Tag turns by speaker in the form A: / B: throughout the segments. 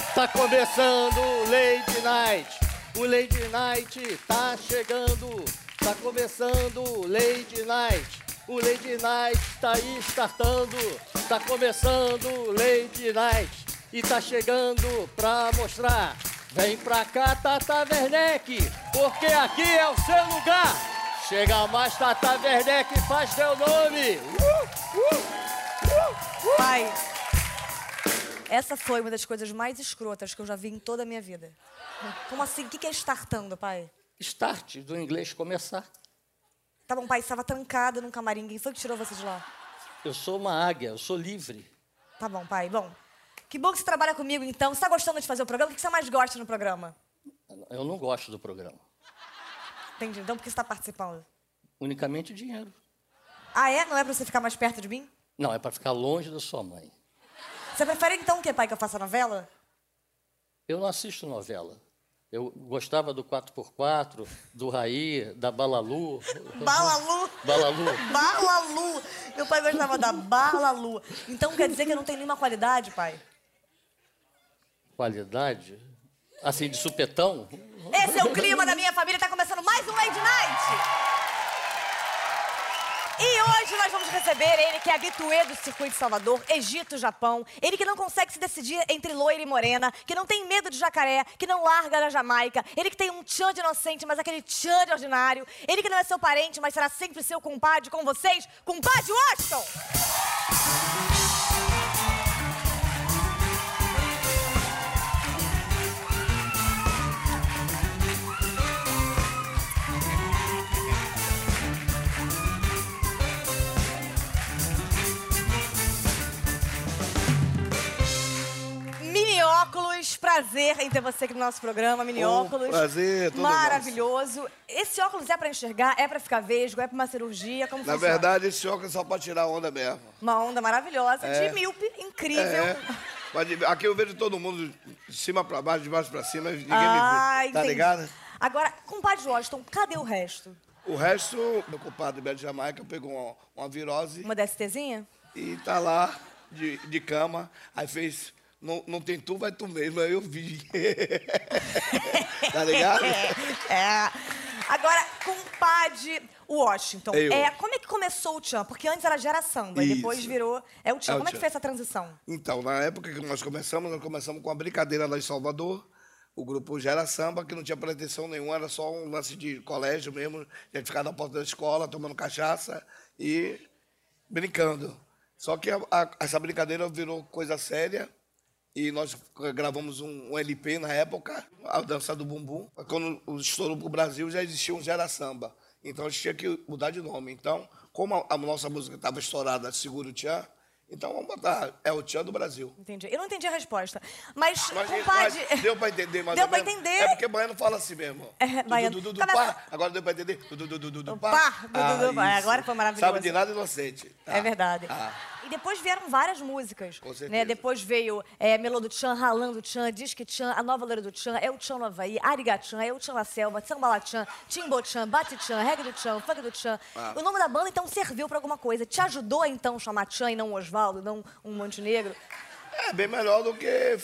A: Está Tá começando o Late Night. O Late Night está chegando. Está começando o Late Night. O Late Night está aí startando. Está começando o Late Night. E está chegando pra mostrar. Vem pra cá, Tata Werneck, porque aqui é o seu lugar. Chega mais, Tata Werneck, faz teu nome. Uh, uh.
B: Pai, essa foi uma das coisas mais escrotas que eu já vi em toda a minha vida. Como assim? O que que é estartando, pai?
A: Start, do inglês começar.
B: Tá bom, pai, estava trancada num camarim. Quem foi que tirou você de lá?
A: Eu sou uma águia, eu sou livre.
B: Tá bom, pai. Bom, que bom que você trabalha comigo, então. Você tá gostando de fazer o programa? O que você mais gosta no programa?
A: Eu não gosto do programa.
B: Entendi. Então, por que você tá participando?
A: Unicamente dinheiro.
B: Ah, é? Não é pra você ficar mais perto de mim?
A: Não, é pra ficar longe da sua mãe.
B: Você prefere, então, o quê, pai? Que eu faça novela?
A: Eu não assisto novela. Eu gostava do 4x4, do Raí, da Balalu.
B: Balalu!
A: Balalu.
B: Balalu! Meu pai gostava da Balalu. Então quer dizer que eu não tenho nenhuma qualidade, pai?
A: Qualidade? Assim, de supetão?
B: Esse é o clima da minha família. Tá começando mais um Lady Night. E hoje nós vamos receber ele que é habituê do circuito de Salvador, Egito, Japão. Ele que não consegue se decidir entre loira e morena, que não tem medo de jacaré, que não larga da Jamaica. Ele que tem um tchan de inocente, mas aquele tchan de ordinário. Ele que não é seu parente, mas será sempre seu compadre com vocês, compadre Washington. Mini óculos, prazer em ter você aqui no nosso programa, mini
C: Um
B: óculos.
C: prazer, todo
B: Maravilhoso. Esse óculos é pra enxergar, é pra ficar vesgo, é pra uma cirurgia, como
C: Na
B: funciona?
C: verdade, esse óculos é só pra tirar onda mesmo.
B: Uma onda maravilhosa,
C: É.
B: de míope, incrível.
C: É. Mas de- aqui eu vejo todo mundo de cima pra baixo, de baixo pra cima, ninguém
B: Ah,
C: me vê. Tá
B: entendi.
C: ligado?
B: Agora, compadre Washington, cadê o resto?
C: O resto, meu compadre Belo de Jamaica pegou uma, uma virose
B: Uma DSTzinha?
C: e tá lá de, de cama. Aí fez, não, não tem tu, vai tu mesmo. Aí eu vi. tá ligado?
B: É, é. Agora, compadre Washington,
C: Eu.
B: é, como é que começou o Tchan? Porque antes era geração, e
C: Isso.
B: depois virou. É o Tchan.
C: É o
B: como é que
C: tchan.
B: foi essa transição?
C: Então, na época que nós começamos, nós começamos com a brincadeira lá em Salvador. O grupo já era samba, que não tinha pretensão nenhuma, era só um lance de colégio mesmo. A gente ficava na porta da escola, tomando cachaça e brincando. Só que a- a- essa brincadeira virou coisa séria e nós gravamos um, um LP na época, a dança do bumbum. Quando o estourou para o Brasil, já existia um Gera Samba. Então a gente tinha que mudar de nome. Então, como a, a nossa música estava estourada, Seguro o Tchan, então vamos botar É o Tchan do Brasil.
B: Entendi. Eu não entendi a resposta. Mas,
C: Mas,
B: compadre.
C: mas deu pra entender, mais
B: Deu
C: ou
B: pra
C: menos?
B: entender.
C: É porque baiano fala assim mesmo.
B: É,
C: Du- du-
B: baiano.
C: du- du- du-
B: Tá, mas-
C: pá. Agora deu pra entender. Du- du- du- du- du- du-
B: O pá, du- du- du- pá.
C: isso.
B: Agora foi maravilhoso.
C: Sabe de nada inocente. Tá.
B: É verdade.
C: Ah.
B: E depois vieram várias músicas.
C: Com certeza.
B: né? Depois veio é, Melô do Tchan, Ralando do Tchan, Disque Tchan, A Nova Loira do Tchan, Eu Tchan no Havaí, Ariga Tchan, Eu Tchan na Selva, Sambala Tchan, Timbo Tchan, Bate Tchan, Reggae do Tchan, Funk do Tchan.
C: Ah.
B: O nome da banda, então, serviu pra alguma coisa. Te ajudou, então, a chamar Tchan e não Oswaldo, não um Montenegro?
C: É bem melhor do que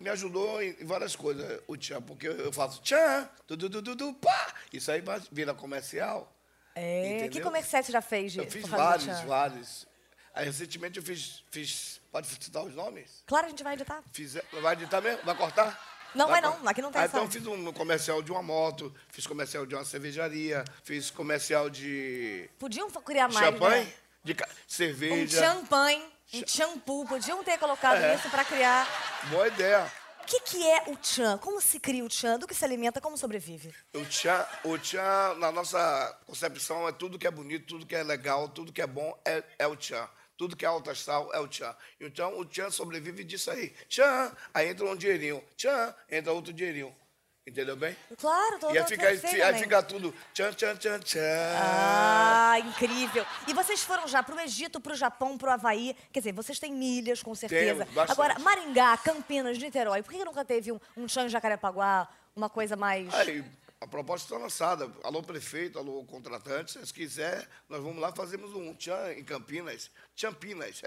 C: me ajudou em várias coisas, né, o tchan, porque eu faço tchan, du, du, du, du, du, pá. Isso aí vai- vira comercial.
B: É,
C: Entendeu?
B: que comercial você já fez? de-
C: Eu fiz
B: por causa do
C: vários,
B: Tchan?
C: vários. Aí recentemente eu fiz, fiz. Pode citar os nomes?
B: Claro, a gente vai editar.
C: Fiz, vai editar mesmo? Vai cortar?
B: Não, vai
C: cor-
B: não, aqui não tem
C: Ah,
B: essa.
C: Então eu fiz um comercial de uma moto, fiz comercial de uma cervejaria, fiz comercial de
B: Podiam criar mais,
C: champanhe,
B: né?
C: de ca-
B: Um
C: cerveja.
B: champanhe, um shampoo. Podiam ter colocado
C: É.
B: isso pra criar...
C: Boa ideia.
B: O que, que é o tchan? Como se cria o tchan? Do que se alimenta? Como sobrevive?
C: O tchan, o tchan, na nossa concepção, é tudo que é bonito, tudo que é legal, tudo que é bom é, é o tchan. Tudo que é alta astral é o tchan. Então, o tchan sobrevive disso aí. Tchan, aí entra um dinheirinho. Tchan, entra outro dinheirinho. Entendeu bem?
B: Claro, tô
C: E aí
B: tô-
C: fica, aí
B: sei
C: fi- aí
B: também.
C: fica tudo tchan, tchan, tchan, tchan.
B: né? Ah, incrível. E vocês foram já pro Egito, pro Japão, pro Havaí. Quer dizer, vocês têm milhas, com certeza.
C: Temos, bastante.
B: Agora, Maringá, Campinas, Niterói. Por que que nunca teve um, um tchan em Jacarepaguá? Uma coisa mais...
C: Aí, A proposta está lançada. Alô, prefeito, alô, contratante, se vocês quiserem, nós vamos lá, fazemos um tchan em Campinas. Champinas.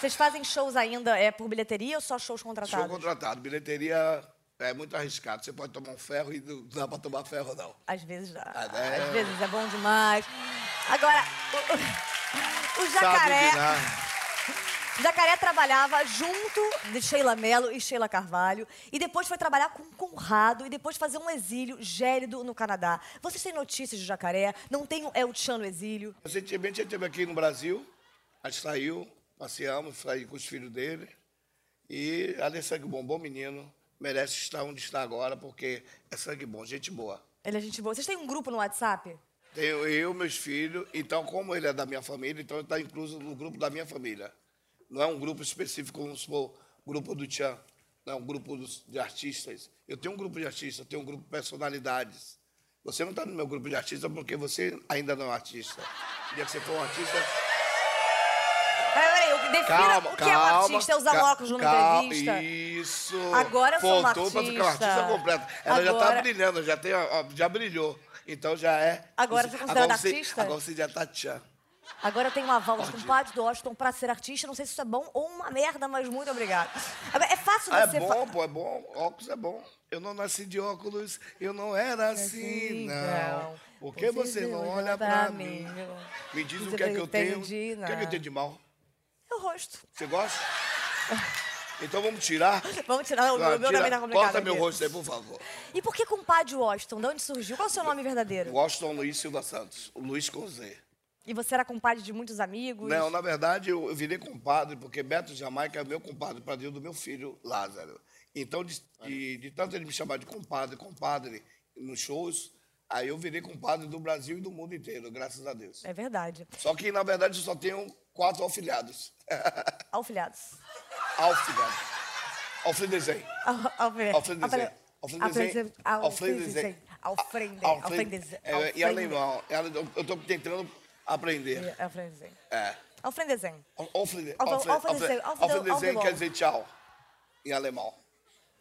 B: Vocês fazem shows ainda é, por bilheteria ou só shows
C: Show
B: contratados?
C: contratado. Bilheteria é muito arriscado. Você pode tomar um ferro e não dá para tomar ferro, não.
B: Às vezes dá.
C: Ah, né?
B: Às vezes é bom demais. Agora, o, o- o
C: Sabe de
B: jacaré.
C: nada.
B: Jacaré trabalhava junto de Sheila Mello e Sheila Carvalho. E depois foi trabalhar com Conrado e depois fazer um exílio gélido no Canadá. Vocês têm notícias de jacaré? Não tem um El Tchan no exílio?
C: Recentemente ele esteve aqui no Brasil, a gente saiu, passeamos, saí com os filhos dele. E ali é sangue bom, bom menino, merece estar onde está agora, porque é sangue bom, gente boa.
B: Ele é gente boa. Vocês têm um grupo no WhatsApp?
C: Tenho eu, meus filhos, então como ele é da minha família, então ele está incluso no grupo da minha família. Não é um grupo específico, vamos supor, grupo do Tchan, não é um grupo dos- de artistas. Eu tenho um grupo de artistas, eu tenho um grupo de personalidades. Você não está no meu grupo de artistas porque você ainda não é um artista. O dia que você for um artista,
B: Peraí, peraí, eu- defina
C: Calma,
B: o que é um
C: calma.
B: artista, é usar
C: ca-
B: óculos numa
C: cal-
B: entrevista.
C: Isso.
B: Agora eu sou uma
C: Faltou pra ficar um
B: artista.
C: artista completo. Ela já
B: Agora-
C: tá brilhando, já, tem, a- a- já brilhou. Então já é.
B: Agora eu sou considerada
C: agora você-
B: artista?
C: Agora você já tá tchan.
B: Agora eu tenho uma aval de compadre do Washington pra ser artista. Não sei se isso é bom ou uma merda, mas muito obrigada. Agora, É fácil
C: Ah, é
B: você... fa-
C: bom, pô, é bom. Óculos é bom. Eu não nasci de óculos, eu não era assim,
B: então,
C: não. Por que você não olha pra mim? Me diz o que é que eu tenho. O que
B: entendi,
C: é que eu tenho de mal?
B: É o rosto.
C: Você gosta? Então vamos tirar.
B: Vamos tirar. O meu
C: Tira.
B: também tá complicado.
C: Corta meu
B: aqui.
C: rosto aí, por favor.
B: E por que compadre Washington? De onde surgiu? Qual é o seu nome verdadeiro?
C: Washington Luiz Silva Santos, o Luiz com Z.
B: E você era compadre de muitos amigos?
C: Não, na verdade, eu, eu virei compadre, porque Beto Jamaica é meu compadre, padrinho do meu filho, Lázaro. Então, de, de- de tanto ele me chamar de compadre, compadre, nos shows, aí eu virei compadre do Brasil e do mundo inteiro, graças a Deus.
B: É verdade.
C: Só que, na verdade, eu só tenho quatro alfilhados.
B: Alfilhados.
C: alfilhados. Alfredezei.
B: Alfilhados.
C: Alfredezei. Alfredezei.
B: Alfredezei. Alfredezei. Alfredezei.
C: É, e alemão. ela- Eu estou tentando aprender.
B: Alfredezei.
C: É.
B: Alfredezei.
C: Alfred,
B: Alfa-
C: Alfred,
B: Alfredezei,
C: Alfred,
B: Alfredezei,
C: Alfredezei quer
B: Alfredezei.
C: dizer tchau em alemão.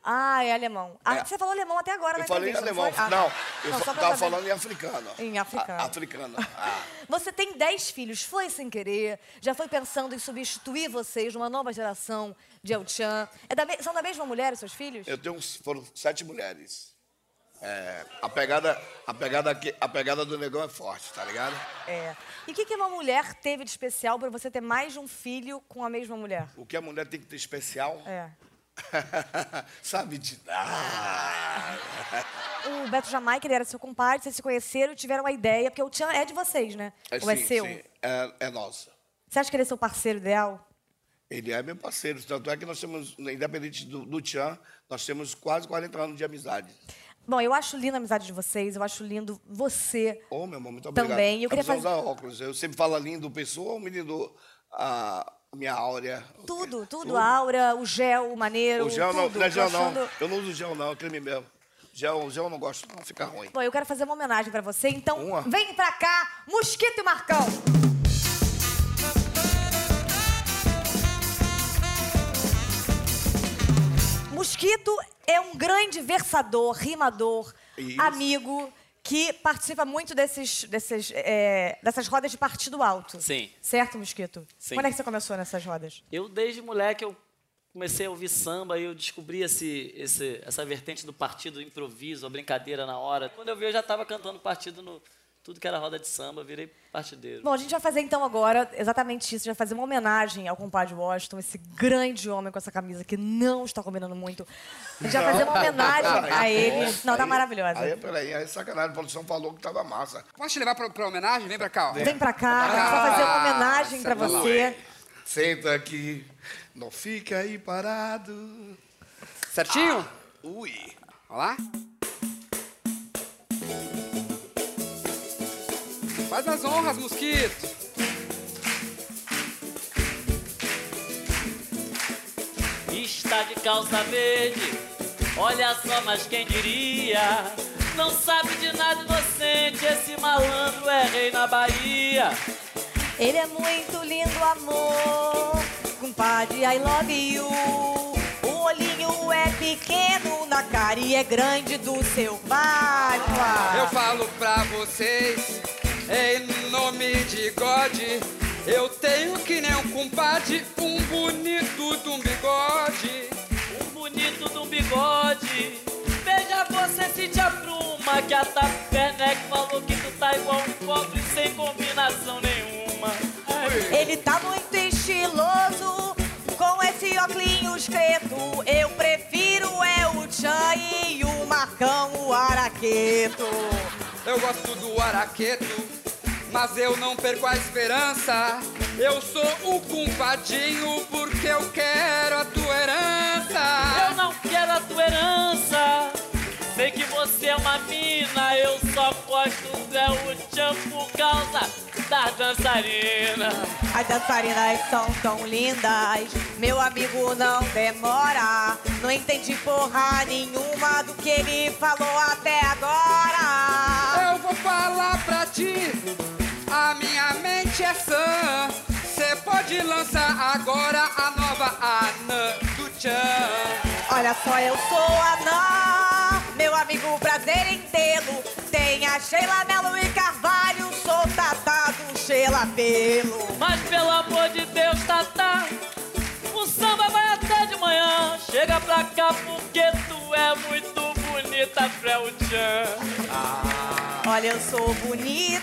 B: Ah, é alemão. Ah,
C: É.
B: você falou alemão até agora,
C: Eu
B: na
C: falei em
B: entrevista,
C: alemão. Não,
B: foi? Ah,
C: eu
B: não,
C: fa-
B: só pra
C: tava
B: saber.
C: falando em africano.
B: Em africano.
C: A- africano. Ah,
B: Você tem 10 filhos, foi sem querer, já foi pensando em substituir vocês numa nova geração de El Chan. É da me- São da mesma mulher os seus filhos?
C: eu tenho uns- foram sete mulheres. É, a pegada, a pegada aqui- a pegada do negão é forte, tá ligado?
B: É. E o que, que uma mulher teve de especial pra você ter mais de um filho com a mesma mulher?
C: O que a mulher tem que ter especial?
B: É.
C: Sabe de nada.
B: O Beto Jamaica, ele era seu compadre, vocês se conheceram e tiveram a ideia, porque o Tchan é de vocês, né? Ou é
C: sim,
B: seu?
C: sim, é, é nossa.
B: Você acha que ele é seu parceiro ideal?
C: Ele é meu parceiro. Tanto é que nós temos, independente do, do Tchan, nós temos quase 40 anos de amizade.
B: Bom, eu acho linda a amizade de vocês, eu acho lindo você.
C: Ô, meu irmão, muito obrigado.
B: Também, eu queria
C: preciso
B: fazer-
C: usar óculos. Eu sempre falo lindo pessoa ou menino a minha áurea?
B: Tudo, tudo, a aura, o gel, o maneiro,
C: O gel não,
B: tudo.
C: não é
B: Tô
C: gel não.
B: achando-
C: Eu não uso gel não, é creme mesmo. Gel, gel eu não gosto não, fica ruim.
B: Bom, eu quero fazer uma homenagem pra você, então
C: Uma.
B: vem pra cá, Mosquito e Marcão. Mosquito é um grande versador, rimador,
C: Isso.
B: amigo que participa muito desses, desses, é, dessas rodas de partido alto.
D: Sim.
B: Certo, Mosquito?
D: Sim.
B: Quando é que você começou nessas rodas?
D: Eu, desde moleque, eu comecei a ouvir samba e eu descobri esse, esse- essa vertente do partido, o improviso, a brincadeira na hora. Quando eu vi, eu já estava cantando partido no tudo que era roda de samba, virei partideiro.
B: Bom, a gente vai fazer então agora exatamente isso. A gente vai fazer uma homenagem ao compadre Washington, esse grande homem com essa camisa que não está combinando muito. A gente vai fazer uma homenagem a ele. Não, tá
C: Aí-
B: maravilhosa.
C: Aí, peraí, aí é sacanagem, a produção falou que tava massa.
E: Posso te levar pra, pra homenagem? Vem pra cá, ó.
B: Vem pra cá, a gente vai fazer uma homenagem pra você.
C: Senta aqui, não fica aí parado.
E: Certinho?
C: Ui.
E: Ó lá. Faz as honras, mosquito.
D: Está de calça verde, olha só, mas quem diria? Não sabe de nada inocente, esse malandro é rei na Bahia.
B: Ele é muito lindo, amor. Compadre, I love you. O olhinho filho é pequeno na cara e é grande do seu pai. Ah.
E: Eu falo pra vocês, em nome de God, eu tenho que nem um compadre, um bonito de um bigode.
D: Um bonito de um bigode. Veja você se te apruma, que a Tapernec falou que tu tá igual um pobre sem combinação nenhuma. Ai,
B: Ele tá muito estiloso, com esse óculos preto. Eu prefiro é o Tchan e o Marcão, o Araqueto.
E: Eu gosto do araqueto, mas eu não perco a esperança. Eu sou o compadinho porque eu quero a tua herança.
D: eu não quero a tua herança. Sei que você é uma mina, eu só gosto do El Chan por causa da dançarina.
B: As dançarinas são tão lindas, meu amigo não demora. Não entendi porra nenhuma do que ele falou até agora.
E: Eu vou falar pra ti, a minha mente é sã. Cê pode lançar agora a nova Anã do Tchan.
B: Olha só, eu sou a Ana, meu amigo, prazer em tê-lo. Tem a Sheila Melo e Carvalho, sou Tatá do Sheila Pelo.
D: Mas pelo amor de Deus, Tatá, o samba vai até É de manhã. Chega pra cá porque tu é muito bonita pra o Tchan.
B: Olha, eu sou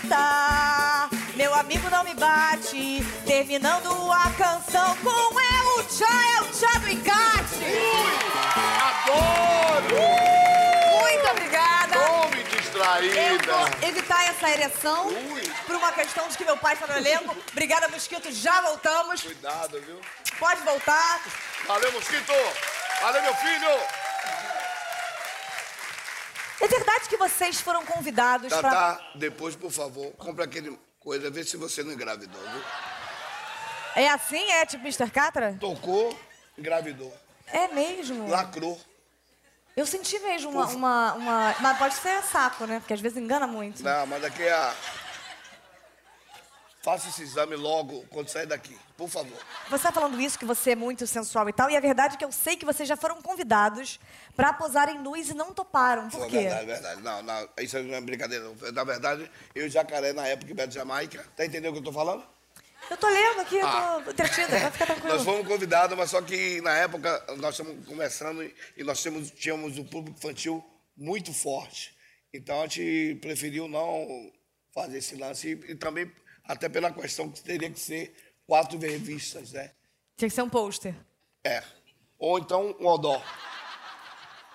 B: bonita, meu amigo não me bate. Terminando a canção com eu, o tchá, é o tchá do encate.
F: Adoro!
B: Muito obrigada.
F: Come
B: Eu
F: distraída!
B: vou evitar essa ereção
F: Ui.
B: por uma questão de que meu pai está no elenco. Obrigada, Mosquito, já voltamos.
F: Cuidado, viu?
B: Pode voltar.
F: Valeu, mosquito! Valeu, meu filho!
B: É verdade que vocês foram convidados
C: Tá,
B: para.
C: Tatá, depois, por favor, compra aquele coisa, vê se você não engravidou, viu?
B: É assim? É tipo Mr. Catra?
C: Tocou, engravidou.
B: É mesmo.
C: Lacrou.
B: Eu senti mesmo uma, uma, uma- Mas pode ser saco, né? Porque às vezes engana muito.
C: Não, mas daqui a. Faça esse exame logo quando sair daqui, por favor.
B: Você tá falando isso, que você é muito sensual e tal, e a verdade é que eu sei que vocês já foram convidados pra posarem nus e não toparam. Por
C: Foi
B: quê?
C: verdade, é verdade. Não, não, isso não é brincadeira. não. Na verdade, eu e o Jacaré, na época em Beto Jamaica, tá entendendo o que eu tô falando?
B: Eu tô lendo aqui, eu tô entretida, vai ficar tranquilo.
C: Ah. Nós fomos convidados, mas só que na época nós estamos começando e- e nós temos, tínhamos um público infantil muito forte. Então a gente preferiu não fazer esse lance e, e também até pela questão que teria que ser quatro revistas, né?
B: Tinha que ser um pôster.
C: É. Ou então um odó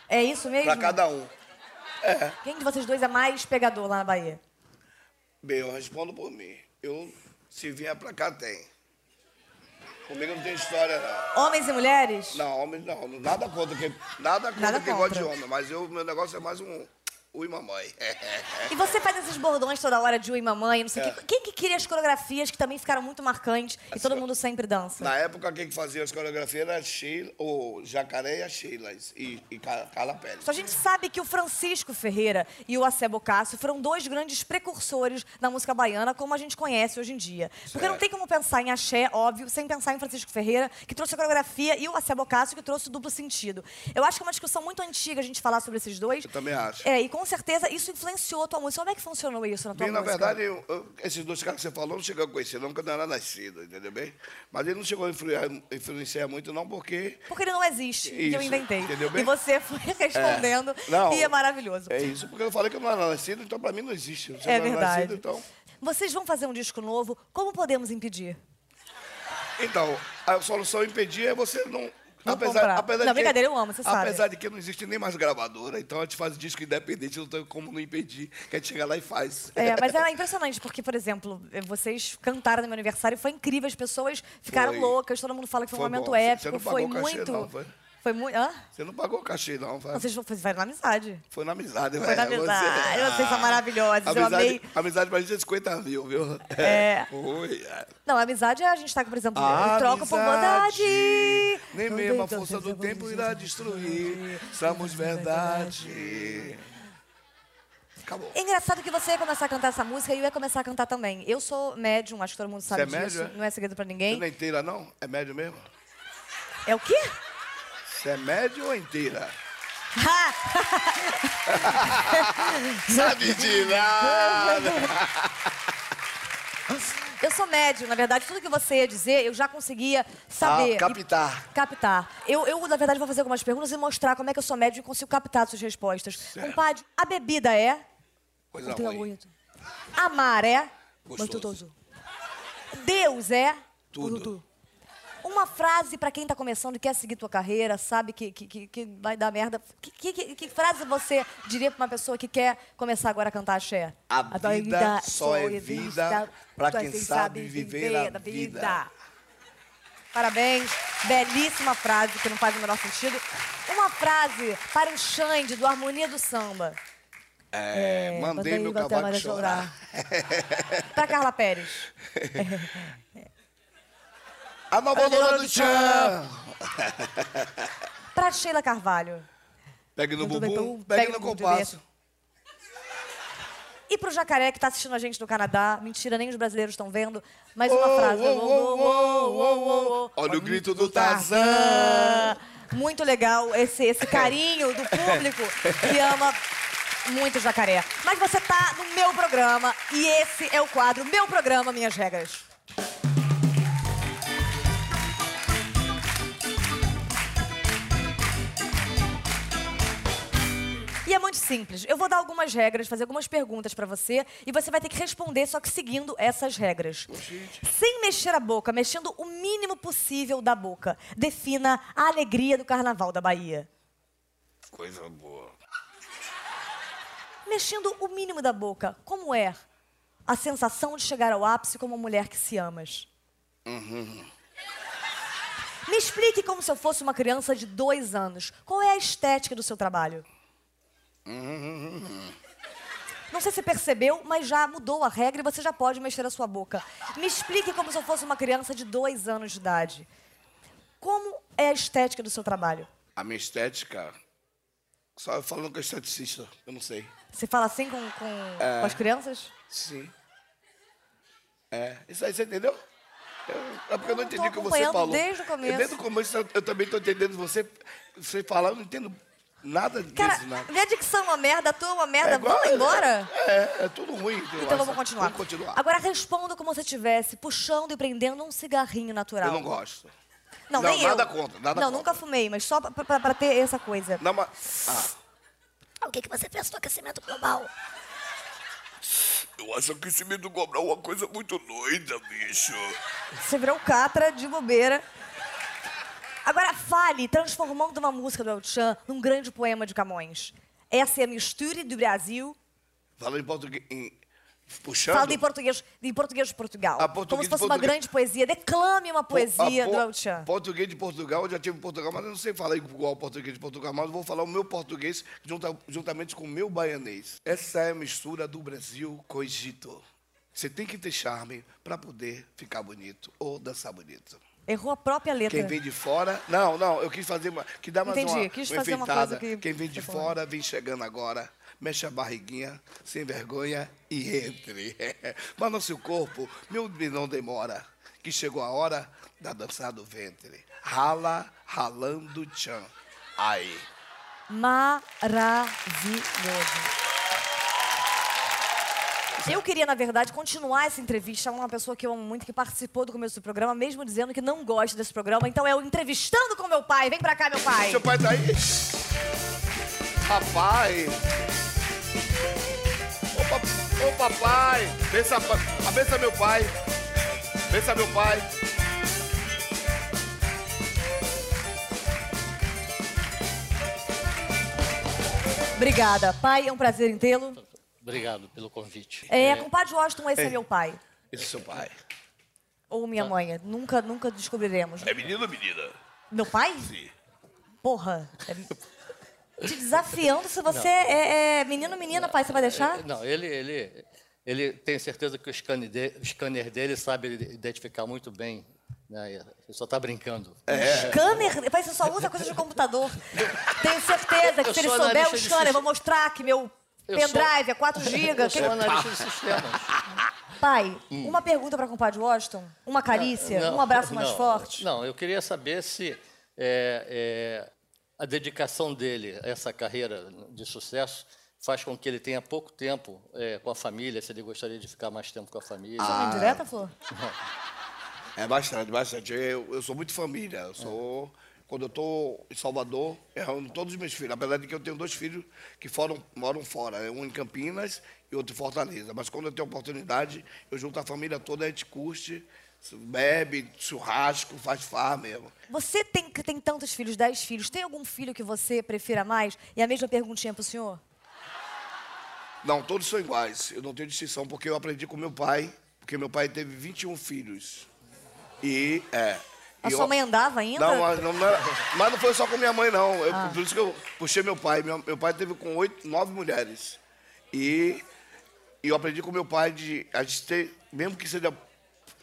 B: É isso mesmo?
C: para cada um.
B: Quem de vocês dois é mais pegador lá na Bahia?
C: Bem, eu respondo por mim. Eu, se vier pra cá, tem. Comigo não tem história, não.
B: Homens e mulheres?
C: Não, homem não. Nada contra quem, nada contra
B: Nada
C: quem gosta de
B: contra.
C: homem, mas eu, meu negócio é mais um ui mamãe.
B: E você faz esses bordões toda hora de ui mamãe, não sei o
C: É.
B: quê. Quem que cria as coreografias que também ficaram muito marcantes e todo mundo sempre dança?
C: Na época, quem que fazia as coreografias era a Sheila, o Jacaré e a Sheila, e, e Ca- Carla Pérez.
B: Só a gente sabe que o Francisco Ferreira e o Acebo Cássio foram dois grandes precursores da música baiana, como a gente conhece hoje em dia. Porque não tem como pensar em axé, óbvio, sem pensar em Francisco Ferreira, que trouxe a coreografia, e o Acebo Cássio, que trouxe o duplo sentido. Eu acho que é uma discussão muito antiga a gente falar sobre esses dois.
C: Eu também acho.
B: É, e com certeza isso influenciou a tua música. Como é que funcionou isso na tua
C: Bem, na
B: música?
C: verdade, eu- eu- esses dois caras que você falou, eu não chegou a conhecer, não, porque eu não era nascido, entendeu bem? Mas ele não chegou a influenciar, influenciar muito, não, porque
B: Porque ele não existe, que eu
C: Isso,
B: inventei.
C: entendeu bem? É.
B: E você foi respondendo,
C: Não.
B: e é maravilhoso.
C: É isso, porque eu falei que eu não era nascido, então pra mim não existe. Você
B: É
C: não era nascido,
B: verdade.
C: então.
B: Vocês vão fazer um disco novo, como podemos impedir?
C: Então, a solução impedir é você não.
B: Não comprar.
C: de
B: Não,
C: que-
B: brincadeira, eu amo, você sabe.
C: Apesar de que não existe nem mais gravadora, então a gente faz disco independente, não tem como não impedir, que a gente chega lá e faz.
B: É, mas é impressionante, porque, por exemplo, eh, vocês cantaram no meu aniversário, foi incrível, as pessoas ficaram
C: Foi.
B: loucas, todo mundo fala que foi, um
C: Foi
B: momento
C: bom. Você- você
B: épico,
C: não
B: foi
C: pagou cachê,
B: muito.
C: não, foi?
B: foi muito. Hã?
C: Você não pagou o cachê, não. Foi,
B: Não, vocês vão- vocês vão na amizade.
C: foi na amizade,
B: Foi na
C: velho,
B: amizade.
C: você-
B: Vocês são maravilhosos. eu
C: Amizade,
B: amei.
C: amizade pra gente é 50 mil, viu?
B: É.
C: Oi. é.
B: Não, a amizade é a gente tá, por exemplo, eu troco por bondade.
C: Nem
B: Não
C: mesmo a
B: tem
C: força do
B: tanta
C: tempo
B: coisa.
C: irá destruir. Somos é verdade. Acabou.
B: É engraçado que você ia começar a cantar essa música e eu ia começar a cantar também. Eu sou médium, acho que todo mundo sabe
C: Você é
B: disso.
C: médium, é?
B: Não é segredo pra
C: Você
B: ninguém.
C: não é inteira, não? É médio mesmo?
B: É o quê?
C: Você é médio ou inteira? Tá
F: Sabe de nada.
C: Ah,
B: Eu sou médium, na verdade. Tudo que você ia dizer, eu já conseguia saber.
C: Ah, captar.
B: E- captar. Eu, eu, na verdade, vou fazer algumas perguntas e mostrar como é que eu sou médium e consigo captar suas respostas. Compadre, a bebida é?
C: Coisa
B: Teu
C: ruim.
B: aguento. é Amar é?
C: Gostoso.
B: Gostoso. Deus é?
C: Tudo.
B: Uma frase pra quem tá começando e quer seguir tua carreira, sabe que, que, que- que vai dar merda. Que, que- que- que frase você diria pra uma pessoa que quer começar agora a cantar axé?
C: A vida só é vida pra
B: pra é
C: quem sabe viver a
B: da
C: vida.
B: Parabéns, belíssima frase que não faz o menor sentido. Uma frase para o Xande do Harmonia do Samba.
C: É, mandei
B: mandei
C: meu
B: o Gabriel
C: cavaco
B: Maria
C: chorar.
B: Pra Carla Pérez.
C: A nova dona do tchan.
B: Pra Sheila Carvalho.
C: Pegue no
B: Eu tô
C: bumbum,
B: bem-
C: então, pegue no
B: bumbum de
C: compasso.
B: dentro. E pro jacaré que tá assistindo a gente no Canadá. Mentira, nem os brasileiros estão vendo. Mais uma frase.
C: Oh, oh, oh, oh, oh, oh. Olha o grito do Tarzan.
B: Muito legal esse, esse carinho do público que ama muito o jacaré. Mas você tá no meu programa e esse é o quadro Meu Programa, Minhas Regras. E é muito simples. Eu vou dar algumas regras, fazer algumas perguntas pra você e você vai ter que responder só que seguindo essas regras. Sem mexer a boca, mexendo o mínimo possível da boca. Defina a alegria do carnaval da Bahia.
F: Coisa boa.
B: Mexendo o mínimo da boca, como é a sensação de chegar ao ápice como uma mulher que se amas? Me explique como se eu fosse uma criança de dois anos. Qual é a estética do seu trabalho? Não sei se percebeu, mas já mudou a regra e você já pode mexer a sua boca. Me explique como se eu fosse uma criança de dois anos de idade. Como é a estética do seu trabalho?
C: A minha estética. Só eu falando que é esteticista, eu não sei.
B: Você fala assim com, com, com as crianças?
C: Sim. É. Isso aí você entendeu? Eu, é porque eu não
B: não tô
C: entendi o que você
B: acompanhando
C: falou.
B: desde o começo.
C: Eu, desde o começo eu, eu também estou entendendo você. Você falar, eu não entendo nada disso,
B: Cara,
C: nada.
B: minha dicção é uma merda, a tua é uma merda.
C: É igual-
B: Vamos embora?
C: É, é, é tudo ruim.
B: Então vamos continuar.
C: Vamos continuar.
B: Agora responda como se estivesse puxando e prendendo um cigarrinho natural.
C: Eu não gosto.
B: Não,
C: Não,
B: nem
C: nada
B: eu.
C: contra, nada
B: Não,
C: contra.
B: nunca fumei, mas só pra, pra- pra ter essa coisa.
C: Não, mas. Ah.
B: O que, que você pensa do aquecimento global?
F: Eu acho que esse medo global é uma coisa muito doida, bicho.
B: Você virou um catra de bobeira. Agora fale, transformando uma música do El-Chan num grande poema de Camões. Essa é a mistura do Brasil.
C: Falando em português. em- Puxando.
B: Fala em português, em português de Portugal.
C: Ah, português
B: Como se
C: de
B: fosse uma
C: Portugal.
B: grande poesia. Declame uma
C: Po- a
B: poesia
C: po-
B: do El-Chan.
C: Português de Portugal, eu já tive em Portugal, mas eu não sei falar igual o português de Portugal, mas eu vou falar o meu português junta- juntamente com o meu baianês. Essa é a mistura do Brasil com o Egito. Você tem que ter charme para poder ficar bonito ou dançar bonito.
B: Errou a própria letra.
C: Quem vem de fora. Não, não, eu quis fazer uma. Que dá mais
B: Entendi,
C: uma,
B: quis
C: uma
B: fazer uma
C: enfeitada.
B: coisa que
C: Quem vem de
B: você falou.
C: fora vem chegando agora. Mexe a barriguinha, sem vergonha e entre. Mas no seu corpo, meu bem, não demora. Que chegou a hora da dançar do ventre. Rala, ralando tchan. Aí.
B: Maravilhoso. Eu queria, na verdade, continuar essa entrevista a uma pessoa que eu amo muito, que participou do começo do programa, mesmo dizendo que não gosta desse programa. Então é o Entrevistando com Meu Pai. Vem pra cá, meu pai.
C: Seu pai tá aí? Papai.
F: Ô, pa- ô, papai, pensa, pa- pensa meu pai. Pensa meu pai.
B: Obrigada. Pai, é um prazer em tê-lo.
C: Tá
D: Obrigado pelo convite.
B: É, compadre Washington, esse é meu pai.
C: Esse é seu pai.
B: Ou minha
C: Tá.
B: mãe. Nunca, nunca descobriremos.
F: É menino ou menina?
B: Meu pai?
F: Sim.
B: Porra. É- Te desafiando se você é, é menino ou menina, pai. Você vai deixar?
G: Não, ele, ele, ele tem certeza que o scanner, de- o scanner dele sabe identificar muito bem. Né? Ele só
A: tá
G: está brincando.
B: Scanner? Pai, você só usa coisa de computador. Tenho certeza que
G: Eu
B: se ele
G: sou
B: souber
G: analista
B: o
G: de
B: scanner,
G: sist-
B: vou mostrar que meu
G: Eu sou-
B: pendrive é 4
G: Eu
B: GB.
G: sou analista de sistemas.
B: Pai, uma pergunta pra compadre Washington? Uma carícia?
G: Não,
B: um abraço mais
G: não,
B: forte?
G: Não, eu queria saber se é, é, a dedicação dele a essa carreira de sucesso faz com que ele tenha pouco tempo eh, com a família, se ele gostaria de ficar mais tempo com a família.
H: Ah. Direta, Flor?
C: É bastante, bastante. Eu, eu sou muito família. Eu sou. Quando eu estou em Salvador, eu reúno todos os meus filhos. Apesar de que eu tenho dois filhos que foram, moram fora, né? um em Campinas e outro em Fortaleza. Mas quando eu tenho oportunidade, eu junto a família toda, a gente curte, bebe, churrasco, faz farra mesmo.
H: Você tem, que tem tantos filhos, 10 filhos. Tem algum filho que você prefira mais? E a mesma perguntinha pro senhor?
C: Não, todos são iguais. Eu não tenho distinção, porque eu aprendi com meu pai, porque meu pai teve 21 filhos. E é.
H: A
C: e
H: sua
C: eu-
H: mãe andava ainda?
C: Não, mas não, não era- mas não foi só com minha mãe, não. Eu- Por isso que eu puxei meu pai. Meu, meu pai teve com oito, nove mulheres. E, e eu aprendi com meu pai de a gente ter, mesmo que seja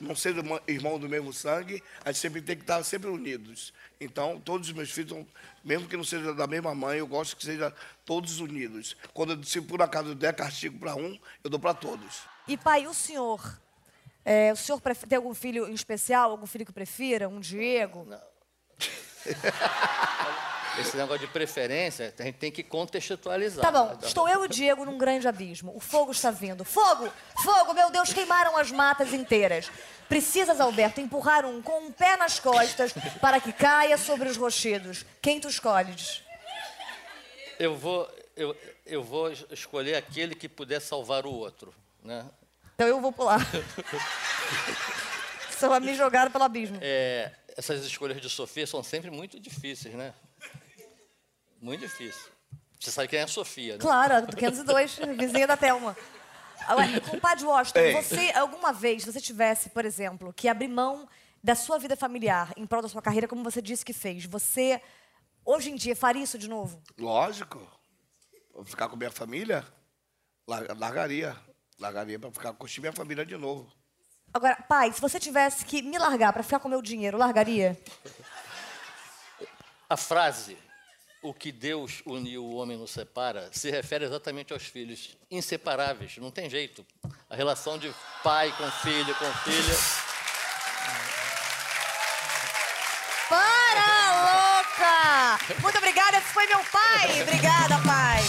C: não seja irmã- irmão do mesmo sangue, a gente sempre tem que estar sempre unidos. Então, todos os meus filhos, são- mesmo que não seja da mesma mãe, eu gosto que seja todos unidos. Quando eu, se por acaso eu der castigo para um, eu dou para todos.
H: E pai, o senhor? É, o senhor pref- tem algum filho em especial? Algum filho que prefira? Um Diego?
G: Esse negócio de preferência, a gente tem que contextualizar.
H: Tá bom, estou eu e o Diego num grande abismo. O fogo está vindo. Fogo! Fogo! Meu Deus, queimaram as matas inteiras. Precisas, Alberto, empurrar um com um pé nas costas para que caia sobre os rochedos. Quem tu escolhes?
G: Eu vou, eu, eu vou es- escolher aquele que puder salvar o outro, né?
H: Então eu vou pular. Só me jogaram pelo abismo.
G: É, essas escolhas de Sofia são sempre muito difíceis, né? Muito difícil. Você sabe quem é a Sofia, né?
H: Claro, a do 502, vizinha da Thelma. Agora, Compadre Washington,
C: Ei.
H: você, alguma vez, se você tivesse, por exemplo, que abrir mão da sua vida familiar em prol da sua carreira, como você disse que fez, você, hoje em dia, faria isso de novo?
C: Lógico. Vou ficar com minha família, lar- largaria. Largaria para ficar curtir minha família de novo.
H: Agora, pai, se você tivesse que me largar pra ficar com o meu dinheiro, largaria?
G: A frase o que Deus uniu, o homem nos separa, se refere exatamente aos filhos inseparáveis, não tem jeito. A relação de pai com filho, com filha.
H: Para, louca! Muito obrigada, esse foi meu pai! Obrigada, pai!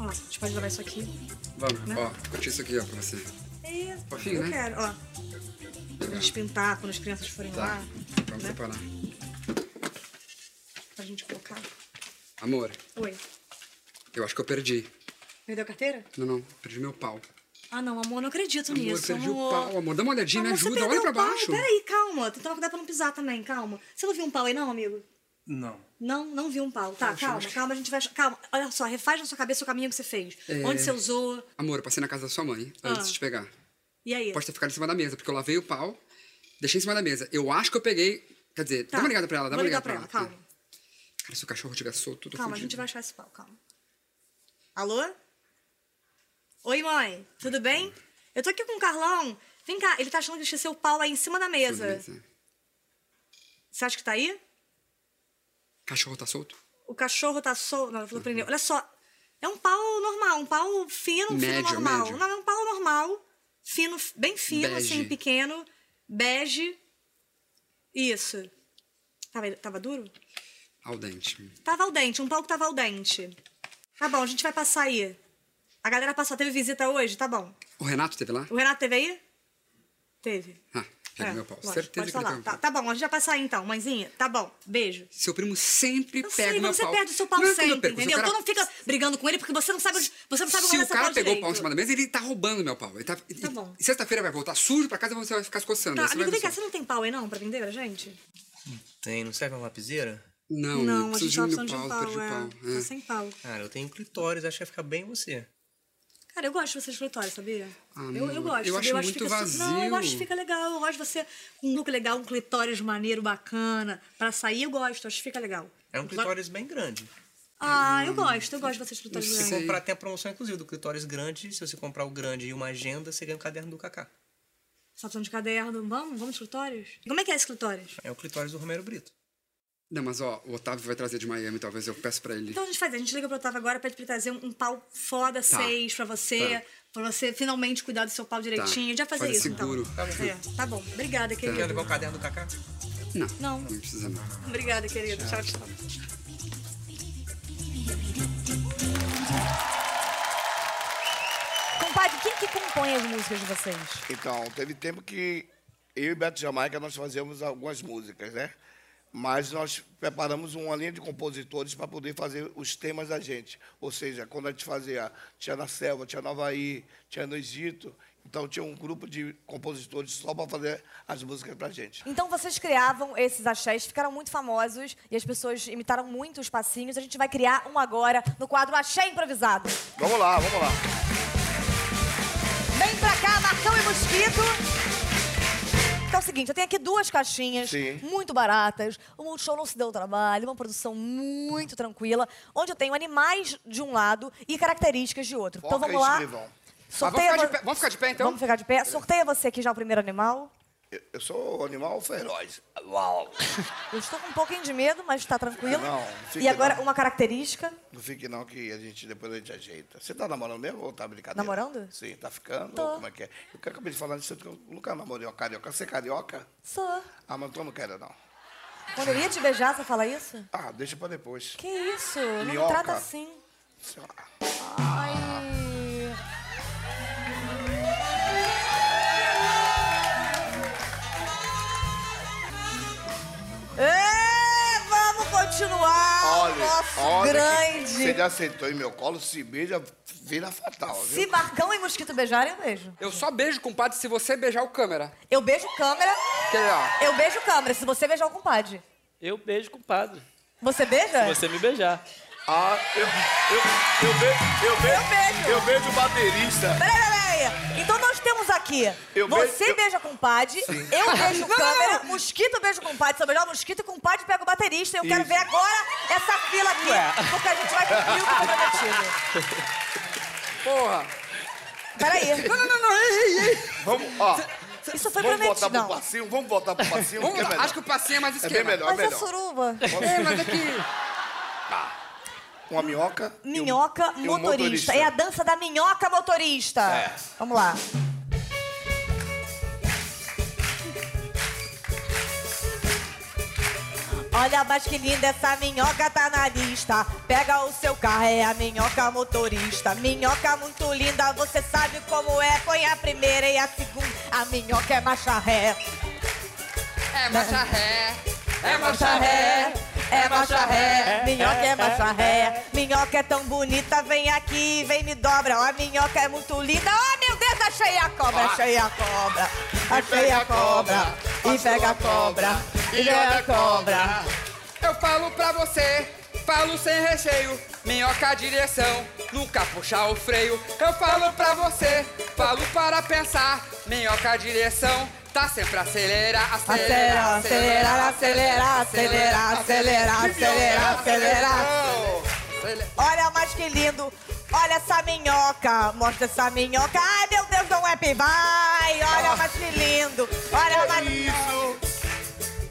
B: Ó, a gente pode levar isso aqui. Né?
I: Vamos, ó, curti isso aqui, ó, pra você.
B: É isso.
I: Fofinho,
B: eu
I: né?
B: quero, ó. Pra gente pintar quando as crianças forem
I: Tá,
B: lá,
I: vamos
B: né?
I: separar.
B: Pra gente colocar.
I: Amor,
B: Oi.
I: eu acho que eu perdi.
B: Perdeu a carteira?
I: Não, não, perdi meu pau.
B: Ah, não, amor, não acredito
I: Amor,
B: nisso.
I: perdi o
B: amor.
I: pau, amor. Dá uma olhadinha, me
B: Amor, você
I: ajuda,
B: perdeu
I: olha pra
B: o pau?
I: baixo.
B: Peraí, calma. Tenta cuidar pra não pisar também, calma. Você não viu um pau aí, não, amigo?
J: Não.
B: Não, não viu um pau. Tá, calma, calma, a gente vai. Calma, olha só, refaz na sua cabeça o caminho que você fez.
I: É.
B: Onde você usou.
I: Amor, eu passei na casa da sua mãe
B: Ah.
I: antes de te pegar.
B: E aí?
I: Pode ter ficado em cima da mesa, porque eu lavei o pau, deixei em cima da mesa. Eu acho que eu peguei. Quer dizer, dá uma ligada pra ela,
B: Tá.
I: dá
B: Vou
I: uma
B: ligar
I: ligada
B: pra ela, calma.
I: Cara, se o cachorro tiver solto, eu tô
B: Calma, a
I: fudido.
B: gente vai achar esse pau, calma. Alô? Oi, mãe. Tudo bem? Eu tô aqui com o Carlão. Vem cá, ele tá achando que esqueceu o pau aí em cima da mesa.
I: Beleza.
B: Você acha que tá aí?
I: Cachorro tá solto?
B: O cachorro tá solto. Não, ele falou
I: Uhum.
B: pneu. Olha só. É um pau normal, um pau fino, um
I: Médio,
B: fino normal.
I: médio.
B: Não, é um pau normal, fino, bem fino,
I: Bege.
B: assim, pequeno, bege. Isso. Tava, tava duro?
I: Ao dente.
B: Tava ao dente, um pau que tava ao dente. Tá bom, a gente vai passar aí. A galera passou, teve visita hoje? Tá bom.
I: O Renato teve lá?
B: O Renato teve aí? Teve. É,
I: Ah, pega meu pau.
B: lógico, pode
I: Certeza que ele
B: falar.
I: pegou.
B: Tá, tá bom, a gente vai passar aí então, mãezinha. Tá bom, beijo.
I: Seu primo sempre
B: Eu
I: pega
B: sei,
I: o meu
B: mas você
I: pau.
B: perde o seu pau
I: Não é quando eu
B: sempre,
I: perco, se o
B: entendeu?
I: cara-
B: Então não fica brigando com ele porque você não sabe onde, você não sabe é
I: Se
B: onde
I: o cara pegou
B: direito.
I: o pau em cima da mesa, ele tá roubando meu pau. Ele tá, e-
B: bom.
I: E sexta-feira vai voltar sujo pra casa e você vai ficar se coçando.
B: Tá,
I: Aí você vai
B: amigo, vem
I: ver
B: cá,
I: só.
B: você não tem pau aí não pra vender pra gente?
J: Tem, não serve uma lapiseira?
I: Não,
B: não,
I: eu
B: a
I: preciso
B: gente
I: de
B: tá
I: um meu
B: precisando de um
I: pau,
B: pau,
I: perdi o
B: é.
I: pau.
B: Tá
I: É.
B: sem pau.
J: Cara, eu tenho clitóris, acho que vai ficar bem em você.
B: Cara, eu gosto de você de escritório, sabia? eu,
I: amor,
B: eu gosto.
I: Ah, eu
B: sabia?
I: acho muito
B: fica su- Não, eu
I: vazio.
B: acho que fica legal. Eu gosto de você com um look legal, um clitóris maneiro, bacana. Pra sair, eu gosto. Acho que fica legal.
J: É um clitóris bem grande.
B: Ah, eu gosto. Eu gosto de você de escritório
I: Não
J: Se você
I: sei.
B: grande.
J: comprar, tem a promoção, inclusive, do clitóris grande. Se você comprar o grande e uma agenda, você ganha o caderno do Kaká.
B: Só precisando de caderno. Vamos? Vamos de escritórios? Como é que é escritórios?
J: É o clitóris do Romero Brito.
K: Não, mas ó, o Otávio vai trazer de Miami, talvez eu peço pra ele.
I: Então a gente faz, a gente liga pro Otávio agora, pede pra ele trazer um, um pau foda seis pra você,
K: Tá.
I: pra você finalmente cuidar do seu pau direitinho. Já fazer
K: Faz
I: isso
K: seguro.
I: então.
K: Tá bom.
I: É, tá bom. Obrigada, querido.
K: Quer levar
J: é o caderno do Cacá?
K: Não.
I: Não.
K: Não precisa não.
I: Obrigada, querido. Tchau, tchau.
B: Compadre, quem que compõe as músicas de vocês?
C: Então, teve tempo que eu e Beto Jamaica nós fazíamos algumas músicas, né? Mas nós preparamos uma linha de compositores para poder fazer os temas da gente. Ou seja, quando a gente fazia Tinha na Selva, Tinha no Havaí, Tinha no Egito, então tinha um grupo de compositores só para fazer as músicas para a gente.
B: Então vocês criavam esses axés, ficaram muito famosos e as pessoas imitaram muito os passinhos. A gente vai criar um agora no quadro Axé Improvisado.
C: Vamos lá, vamos lá.
B: Vem pra cá, Marcão e Mosquito. Então é o seguinte, eu tenho aqui duas caixinhas
L: Sim.
B: muito baratas. O Multishow não se deu o trabalho, uma produção muito tranquila, onde eu tenho animais de um lado e características de outro. então vamos lá.
E: Sorteio.
B: Sorteia
E: vamos,
B: vo-
E: ficar de pé, vamos ficar de pé, então?
B: Vamos ficar de pé. Sorteia você aqui já o primeiro animal.
C: Eu- Eu sou um animal feroz. Uau!
B: Eu estou com um pouquinho de medo, mas tá tranquilo.
C: Não, não fica
B: e agora
C: não.
B: uma característica.
C: Não fique não, que a gente depois a gente ajeita. Você tá namorando mesmo ou tá brincadeira?
B: Namorando?
C: Sim, tá ficando?
B: Tô.
C: Ou como é que é? Eu que acabei de falar disso, que eu nunca namorei uma carioca. Você é carioca?
B: Sou.
C: Ah, mas então não quero, não.
B: Quando eu ia te beijar, você fala isso?
C: Ah, deixa pra depois.
B: Que isso? Não me
C: Minhoca.
B: trata assim. Ai. É, vamos continuar o nosso
C: que Você
B: grande.
C: já sentou em meu colo, se beija, vira fatal,
B: Se
C: viu?
B: Marcão e Mosquito beijarem, eu beijo.
E: Eu só beijo, compadre, se você beijar o câmera.
B: Eu beijo câmera.
E: Que legal.
B: Eu beijo câmera, se você beijar o compadre.
D: Eu beijo com o padre.
B: Você beija?
D: Se você me beijar.
F: Ah, eu, eu, eu, be, eu, be, eu beijo o baterista.
B: Peraí, peraí, peraí. Então nós temos aqui.
F: Eu
B: você
F: beijo- eu-
B: beija com o padre,
F: Sim.
B: eu beijo
F: Não,
B: o
F: não,
B: câmera, mosquito beijo com o padre. Se eu beijar o mosquito com o padre, pega o baterista. Eu quero
F: Isso.
B: ver agora essa fila aqui. Porque a gente vai cumprir o que tá foi prometido.
E: Porra.
B: Peraí.
E: Não, não, não, não. Ei, ei, ei.
C: Vamos, ó.
B: Isso foi
F: vamos
B: prometido,
F: voltar pro
B: não.
C: passinho, vamos voltar pro passinho.
E: Vamos
F: que é
E: lá,
F: melhor.
E: acho que o passinho é mais
F: É bem
E: esquema.
F: melhor,
B: Mas é suruba.
E: É, mas é que...
C: Uma minhoca. e um-
B: Minhoca
C: e um
B: motorista. É a dança da minhoca motorista.
C: É.
B: Vamos lá. Olha, mas que linda essa minhoca tá na lista. Pega o seu carro, é a minhoca motorista. Minhoca muito linda, você sabe como é. Põe a primeira e a segunda. A minhoca é macharré.
E: É marcha ré.
B: É marcha ré, é marcha ré, minhoca é marcha ré. Minhoca é tão bonita, vem aqui, vem me dobra. Ó, a minhoca é muito linda. Ó, meu Deus, achei a cobra, achei a cobra. Achei a cobra, e pega a cobra, e olha a cobra.
E: Eu falo pra você, falo sem recheio, minhoca a direção, nunca puxar o freio. Eu falo pra você, falo para pensar, minhoca a direção, tá sempre acelera, acelera,
B: Acelera, acelera, acelera, acelera, acelera, acelera, acelera. Olha, mas que lindo. Olha essa minhoca, mostra essa minhoca. Ai, meu Deus, não é pibai. Olha, mas que lindo. Olha, mas...
F: Isso.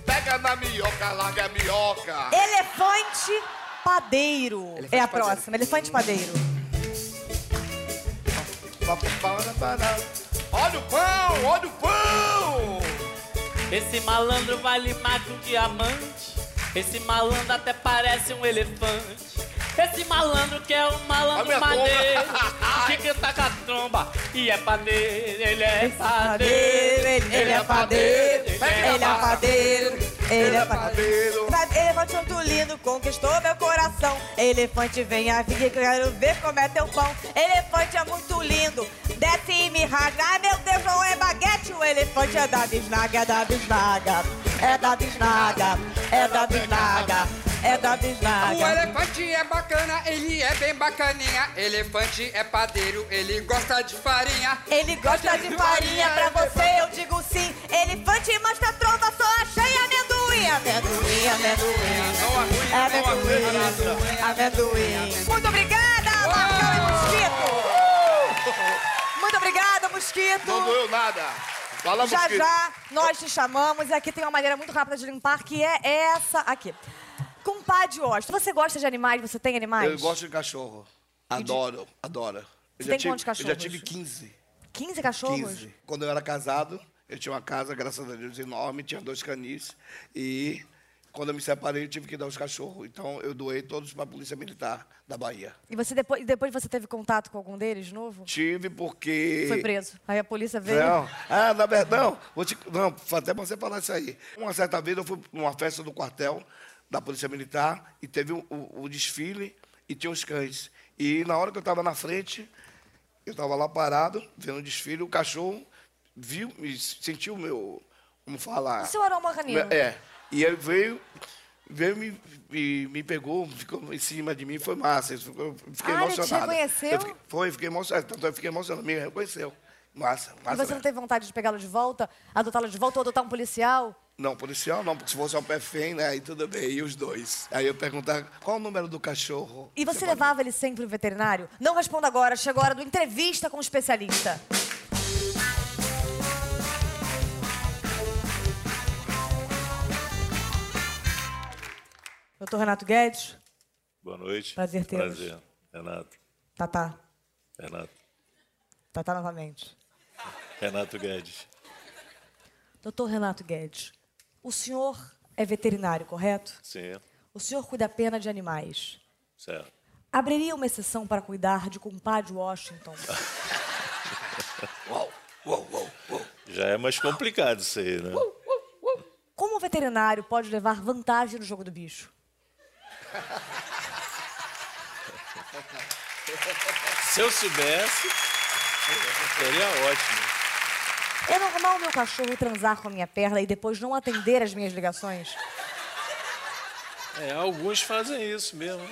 F: Pega na minhoca, larga a minhoca.
B: Elefante padeiro. é a próxima. Elefante padeiro.
F: Olha o pão, olha o pão.
D: Esse malandro vale mais que um diamante. Esse malandro até parece um elefante. Esse malandro que é um malandro
F: Olha a minha
D: maneiro.
F: tromba.
D: Que canta com a tromba e é padeiro. Ele é
B: Padeiro,
D: padeiro.
B: ele, ele é padeiro. Ele é padeiro. Ele é padeiro. Mas Elefante muito lindo, conquistou meu coração. Elefante, vem a vida, quero ver como é teu pão. Elefante é muito lindo, desce e me rasga. Ai, meu Deus, não é baguete. O elefante é da bisnaga, é da bisnaga. É da bisnaga, é da bisnaga, é da bisnaga.
E: O elefante é bacana, ele é bem bacaninha. Elefante é padeiro, ele gosta de farinha.
B: Ele gosta de farinha pra você, eu digo sim. Elefante mostra a tromba, só achei amendoim. Amendoim, amendoim. Amendoim, amendoim. Muito obrigada, Marcão e Mosquito. Muito obrigada, Mosquito.
F: Não doeu nada. Fala,
B: Já
F: mosquito.
B: já nós te chamamos e aqui tem uma maneira muito rápida de limpar que é essa aqui. Compadre Washington, você gosta de animais? Você tem animais?
C: Eu gosto de cachorro. Adoro, adoro. Eu
B: Você
C: já
B: tem
C: tive,
B: quantos cachorros?
C: Eu já tive 15.
B: 15 cachorros?
C: 15. Quando eu era casado, eu tinha uma casa, graças a Deus, enorme, tinha dois canis. E quando eu me separei, eu tive que dar os cachorros. Então, eu doei todos para a Polícia Militar da Bahia.
B: E você depois, e depois você teve contato com algum deles novo?
C: Tive porque...
B: Foi preso. Aí a polícia veio.
C: Não. Ah, na verdade, não. Vou te- não, foi até pra você falar isso aí. Uma certa vez eu fui numa festa do quartel da Polícia Militar e teve o o- o desfile e tinha os cães. E na hora que eu estava na frente, eu estava lá parado, vendo o desfile, o cachorro viu, me sentiu o meu. Como falar?
B: O seu aroma canino.
C: É. E ele veio. Veio me, me, me pegou, ficou em cima de mim, foi massa. isso ficou- Eu fiquei
B: Ah, ele te
C: emocionado.
B: reconheceu?
C: Eu fiquei- foi, fiquei emocionado. Tanto é que eu fiquei emocionado, me reconheceu. Massa,
B: E
C: massa.
B: você não
C: né?
B: teve vontade de pegá-lo de volta? Adotá-lo de volta ou adotar um policial?
C: Não, policial não, porque se fosse um perfém, né? Aí tudo bem, e os dois. Aí eu perguntava, qual o número do cachorro?
B: E você levava ele sempre pro veterinário? Não responda agora, chegou a hora do entrevista com o especialista. Doutor Renato Guedes,
L: Boa noite.
B: Prazer tê-los.
L: Prazer, Renato.
B: Tatá,
L: Renato.
B: Tatá novamente.
L: Renato Guedes.
B: Doutor Renato Guedes, o senhor é veterinário, correto?
L: Sim,
B: O senhor cuida apenas de animais.
L: certo.
B: Abriria uma exceção para cuidar de compadre Washington?
L: Uau, uau, uau, uau. Já é mais complicado isso aí, né?
B: Uh! Como o veterinário pode levar vantagem no jogo do bicho?
L: Se eu soubesse, seria ótimo.
B: É normal meu cachorro transar com a minha perna e depois não atender as minhas ligações?
L: É, alguns fazem isso mesmo.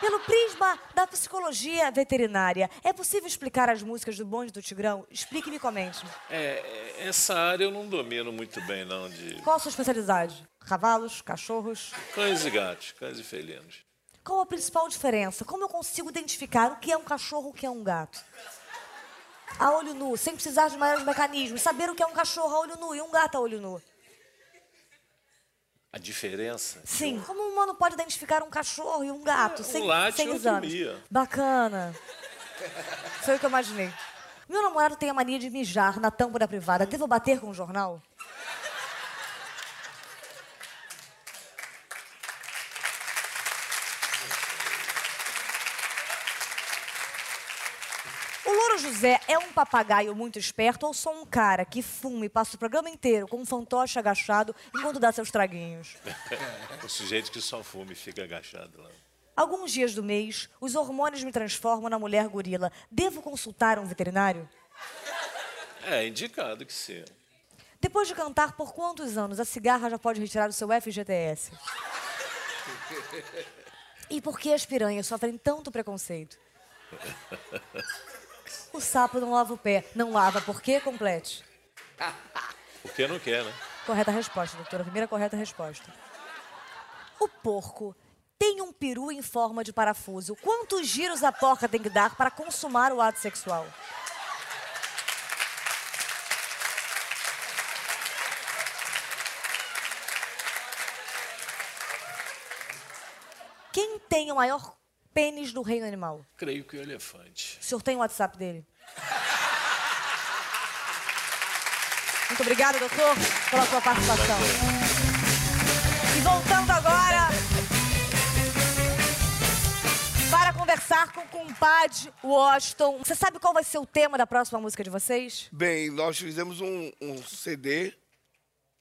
B: Pelo prisma da psicologia veterinária, é possível explicar as músicas do Bonde do Tigrão? Explique-me e comente.
L: É, é, essa área eu não domino muito bem, não, de
B: Qual a sua especialidade? Cavalos? Cachorros?
L: cães e gatos, cães e felinos.
B: Qual a principal diferença? Como eu consigo identificar o que é um cachorro e o que é um gato? A olho nu, sem precisar de maiores mecanismos, saber o que é um cachorro a olho nu e um gato a olho nu.
L: A diferença?
B: Sim. Como um humano pode identificar um cachorro e um gato?
L: É, um
B: sem,
L: late
B: sem
L: e outro
B: exames.
L: mia.
B: Bacana. Foi o que eu imaginei. Meu namorado tem a mania de mijar na tampa da privada. Devo bater com o jornal? O Louro José é um papagaio muito esperto ou só um cara que fuma e passa o programa inteiro com um fantoche agachado enquanto dá seus traguinhos?
L: o sujeito que só fuma e fica agachado lá.
B: Alguns dias do mês, os hormônios me transformam na mulher gorila. Devo consultar um veterinário?
L: É, indicado que sim.
B: Depois de cantar, por quantos anos a cigarra já pode retirar o seu FGTS? E por que as piranhas sofrem tanto preconceito? O sapo não lava o pé. Não lava por quê? Complete.
L: Porque não quer, né?
B: Correta resposta, doutora. Primeira correta resposta. O porco tem um peru em forma de parafuso. Quantos giros a porca tem que dar para consumar o ato sexual? Quem tem o maior pênis do reino animal?
L: Creio que o elefante.
B: O senhor tem o WhatsApp dele? Muito obrigada, doutor, pela sua participação. E voltando agora para conversar com o compadre Washington. Você sabe qual vai ser o tema da próxima música de vocês?
C: Bem, nós fizemos um, um CD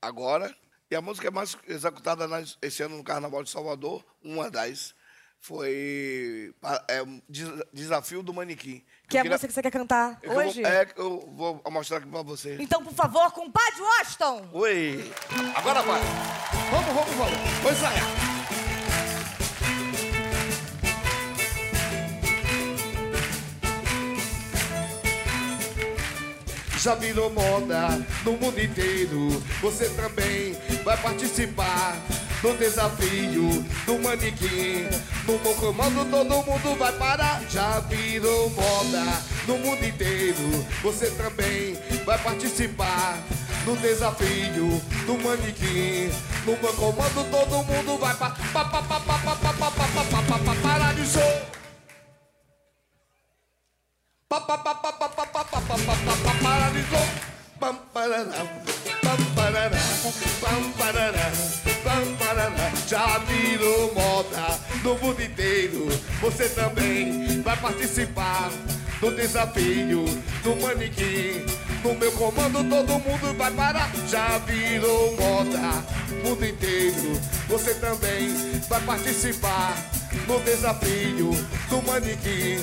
C: agora, e a música é mais executada nas- esse ano no Carnaval de Salvador, uma das, foi pa- é, Des- Desafio do Manequim.
B: Que é
C: Eu
B: a
C: queria-
B: música que você quer cantar
C: eu
B: hoje?
C: Vou, é, eu vou mostrar aqui pra você.
B: Então, por favor, compadre Washington!
C: Oi! Agora vai! Vamos, vamos, vamos! Vou ensaiar! Já virou moda no mundo inteiro. Você também vai participar do desafio do manequim. No meu comando todo mundo vai parar. Já virou moda no mundo inteiro. Você também vai participar no desafio do manequim. No meu comando todo mundo vai pa pa pa pa pa pa pa pa pa pa pa pa paralisou. Pa pa pa pa pa pa pa pa pa pa pa pa paralisou. Pam parará, pam parará, pam parará, pam parará. Já virou moda no mundo inteiro. Você também vai participar do desafio do manequim. No meu comando todo mundo vai parar. Já virou moda mundo inteiro. Você também vai participar no desafio do manequim.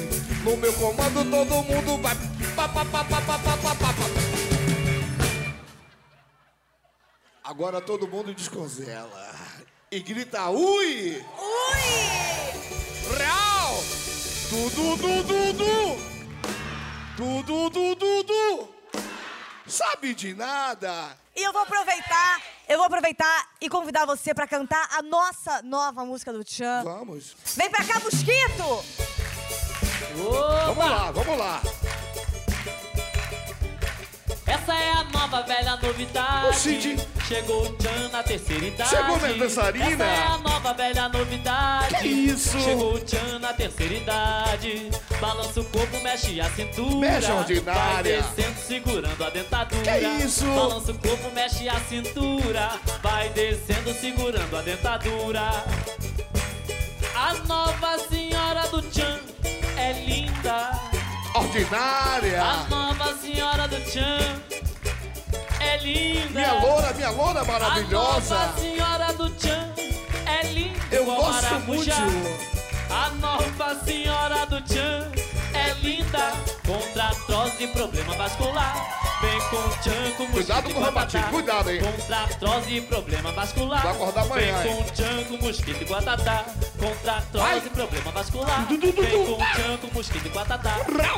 C: No meu comando todo mundo vai. Pa, pa, pa, pa, pa, pa, pa, pa, pa. Agora todo mundo descongela e grita ui! Ui! Real! Du, du, du, du, du! Du, du, du, du, du! Sabe de nada!
B: E eu vou aproveitar, eu vou aproveitar e convidar você pra cantar a nossa nova música do Tchan.
C: Vamos.
B: Vem pra cá, Mosquito!
C: Vamos lá, vamos lá!
D: Essa é a nova velha novidade.
C: Ô, Cid.
D: Chegou o Tchan na terceira idade.
C: Chegou minha dançarina.
D: Essa é a nova velha novidade.
C: Que isso?
D: Chegou o Tchan na terceira idade. Balança o corpo, mexe a cintura.
C: Mexe a ordinária.
D: Vai descendo, segurando a dentadura.
C: Que isso?
D: Balança o corpo, mexe a cintura. Vai descendo, segurando a dentadura. A nova senhora do Tchan é linda.
C: Ordinária!
D: A nova senhora do Tchan é linda.
C: Minha loura, minha loura maravilhosa.
D: A nova senhora do Tchan é linda.
C: Eu
D: igual
C: gosto
D: maracujá.
C: muito.
D: A nova senhora do Tchan é linda. Contra artrose e problema vascular. Vem com o Tchan como
C: Cuidado
D: mosquito
C: com
D: e
C: o rapatinho,
D: guatatá.
C: cuidado, hein?
D: Contra artrose e problema vascular.
C: Vai acordar amanhã,
D: Vem
C: hein?
D: com o Tchan com mosquito e guatatá. Contra artrose e problema vascular.
C: Du, du, du,
D: Vem
C: du.
D: com o Tchan com mosquito e guatatá.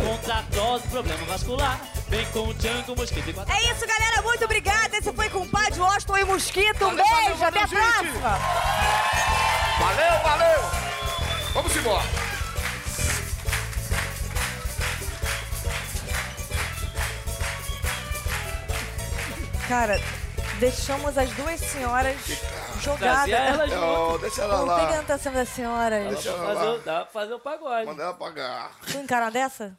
D: Contra artrose e problema vascular. Vem com o Tchan com mosquito e guatatá.
B: É isso, galera. Muito obrigada. Esse foi Compadre Washington e Mosquito. Um
D: Valeu, valeu,
B: beijo. Até a
D: valeu, gente.
B: próxima.
C: Valeu, valeu! Vamos embora!
B: Cara, deixamos as duas senhoras jogadas.
M: Trazia elas
C: Não,
M: junto.
C: deixa ela
B: Não
C: lá.
B: tem tentação das senhoras.
C: Deixa ela
M: Fazer o-
C: lá.
M: Dá pra fazer o pagode.
C: Manda ela pagar.
B: Tu encara uma dessa?